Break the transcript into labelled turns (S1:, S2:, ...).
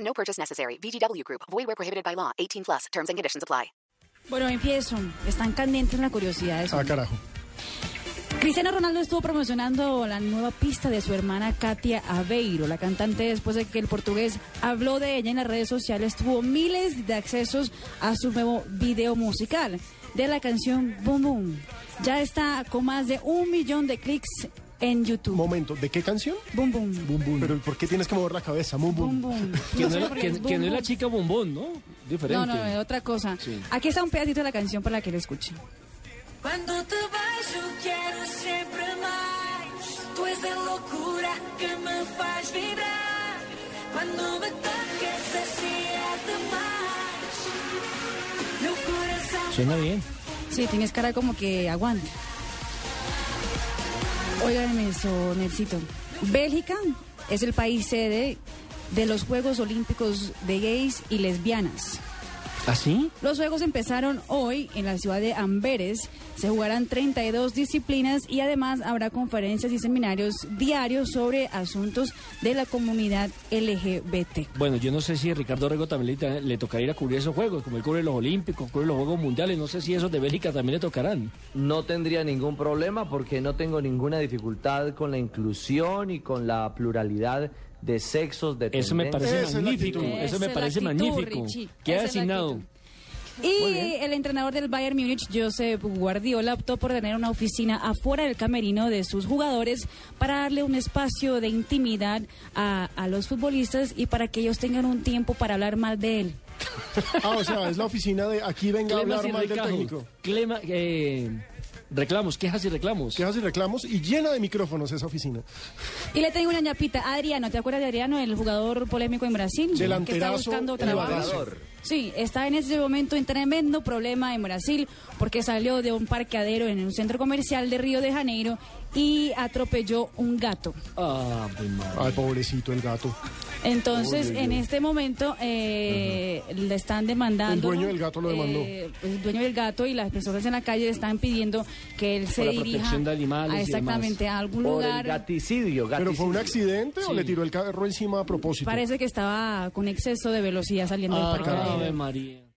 S1: No purchase necessary. VGW Group. Void where prohibited by law. 18 plus. Terms and conditions apply.
S2: Bueno, empiezo. Están candentes las curiosidades.
S3: Ah, carajo.
S2: Cristiano Ronaldo estuvo promocionando la nueva pista de su hermana Katia Aveiro. La cantante, después de que el portugués habló de ella en las redes sociales, tuvo miles de accesos a su nuevo video musical de la canción Boom Boom. Ya está con más de un millón de clics en YouTube.
S3: Momento, ¿de qué canción?
S2: Boom Boom.
S3: Bum Bum. Pero ¿por qué tienes que mover la cabeza? Bum
S2: Boom
S3: Bum.
S2: Boom.
S4: Que no,
S2: sé
S4: es,
S2: por qué
S4: que-
S2: es Boom
S4: que no es la
S2: Boom.
S4: chica bombón, ¿no? Diferente.
S2: No, no, es otra cosa. Aquí está un pedacito de la canción para que la escuchen.
S5: Quando te vejo quero sempre mais. Tu és a loucura que me faz vibrar. Quando me tocas assim é demais. Meu coração
S4: Suena bien.
S2: Sí, tienes cara como que aguanta. Óigame eso, Nelsito. Bélgica es el país sede de los Juegos Olímpicos de Gays y Lesbianas.
S4: ¿Así?
S2: Los Juegos empezaron hoy en la ciudad de Amberes. Se jugarán 32 disciplinas y además habrá conferencias y seminarios diarios sobre asuntos de la comunidad LGBT.
S4: Bueno, yo no sé si Ricardo Rego también le, le tocará ir a cubrir esos juegos, como él cubre los Olímpicos, cubre los Juegos Mundiales. No sé si esos de Bélgica también le tocarán.
S6: No tendría ningún problema porque no tengo ninguna dificultad con la inclusión y con la pluralidad de sexos, de
S4: Eso me
S6: tendencias.
S4: parece
S3: Esa es la
S4: magnífico.
S3: actitud.
S4: Eso
S2: Esa
S4: me
S2: es la
S4: parece
S2: actitud,
S4: magnífico.
S2: Richie.
S4: Queda
S2: Esa es la
S4: asignado.
S2: actitud. Y el entrenador del Bayern Múnich, Josep Guardiola, optó por tener una oficina afuera del camerino de sus jugadores para darle un espacio de intimidad a, a los futbolistas y para que ellos tengan un tiempo para hablar mal de él.
S3: Ah, o sea, es la oficina de aquí venga a
S4: Clemas
S3: hablar
S4: y
S3: mal del
S4: reclamos.
S3: técnico.
S4: Clema- eh, reclamos, quejas y reclamos.
S3: Quejas y reclamos y llena de micrófonos esa oficina.
S2: Y le tengo una ñapita. Adriano, ¿te acuerdas de Adriano, el jugador polémico en Brasil? que está
S3: Delanterazo
S2: buscando
S3: y
S2: trabajo.
S3: balazo.
S2: Sí, está en ese momento en tremendo problema en Brasil porque salió de un parqueadero en un centro comercial de Río de Janeiro y atropelló un gato.
S4: Ah, pues, madre.
S3: Ay, pobrecito el gato.
S2: Entonces, en este momento eh, le están demandando.
S3: El dueño del gato lo demandó.
S2: eh, el dueño del gato y las personas en la calle están pidiendo que él se
S4: Por la
S2: dirija
S4: protección de animales
S2: a
S4: y
S2: exactamente a algún
S6: Por el
S2: lugar.
S6: gaticidio,
S3: ¿Pero fue un
S6: gaticidio.
S3: accidente o le tiró el carro encima a propósito?
S2: Parece que estaba con exceso de velocidad saliendo del
S4: Ah,
S2: parque.
S4: Ave María.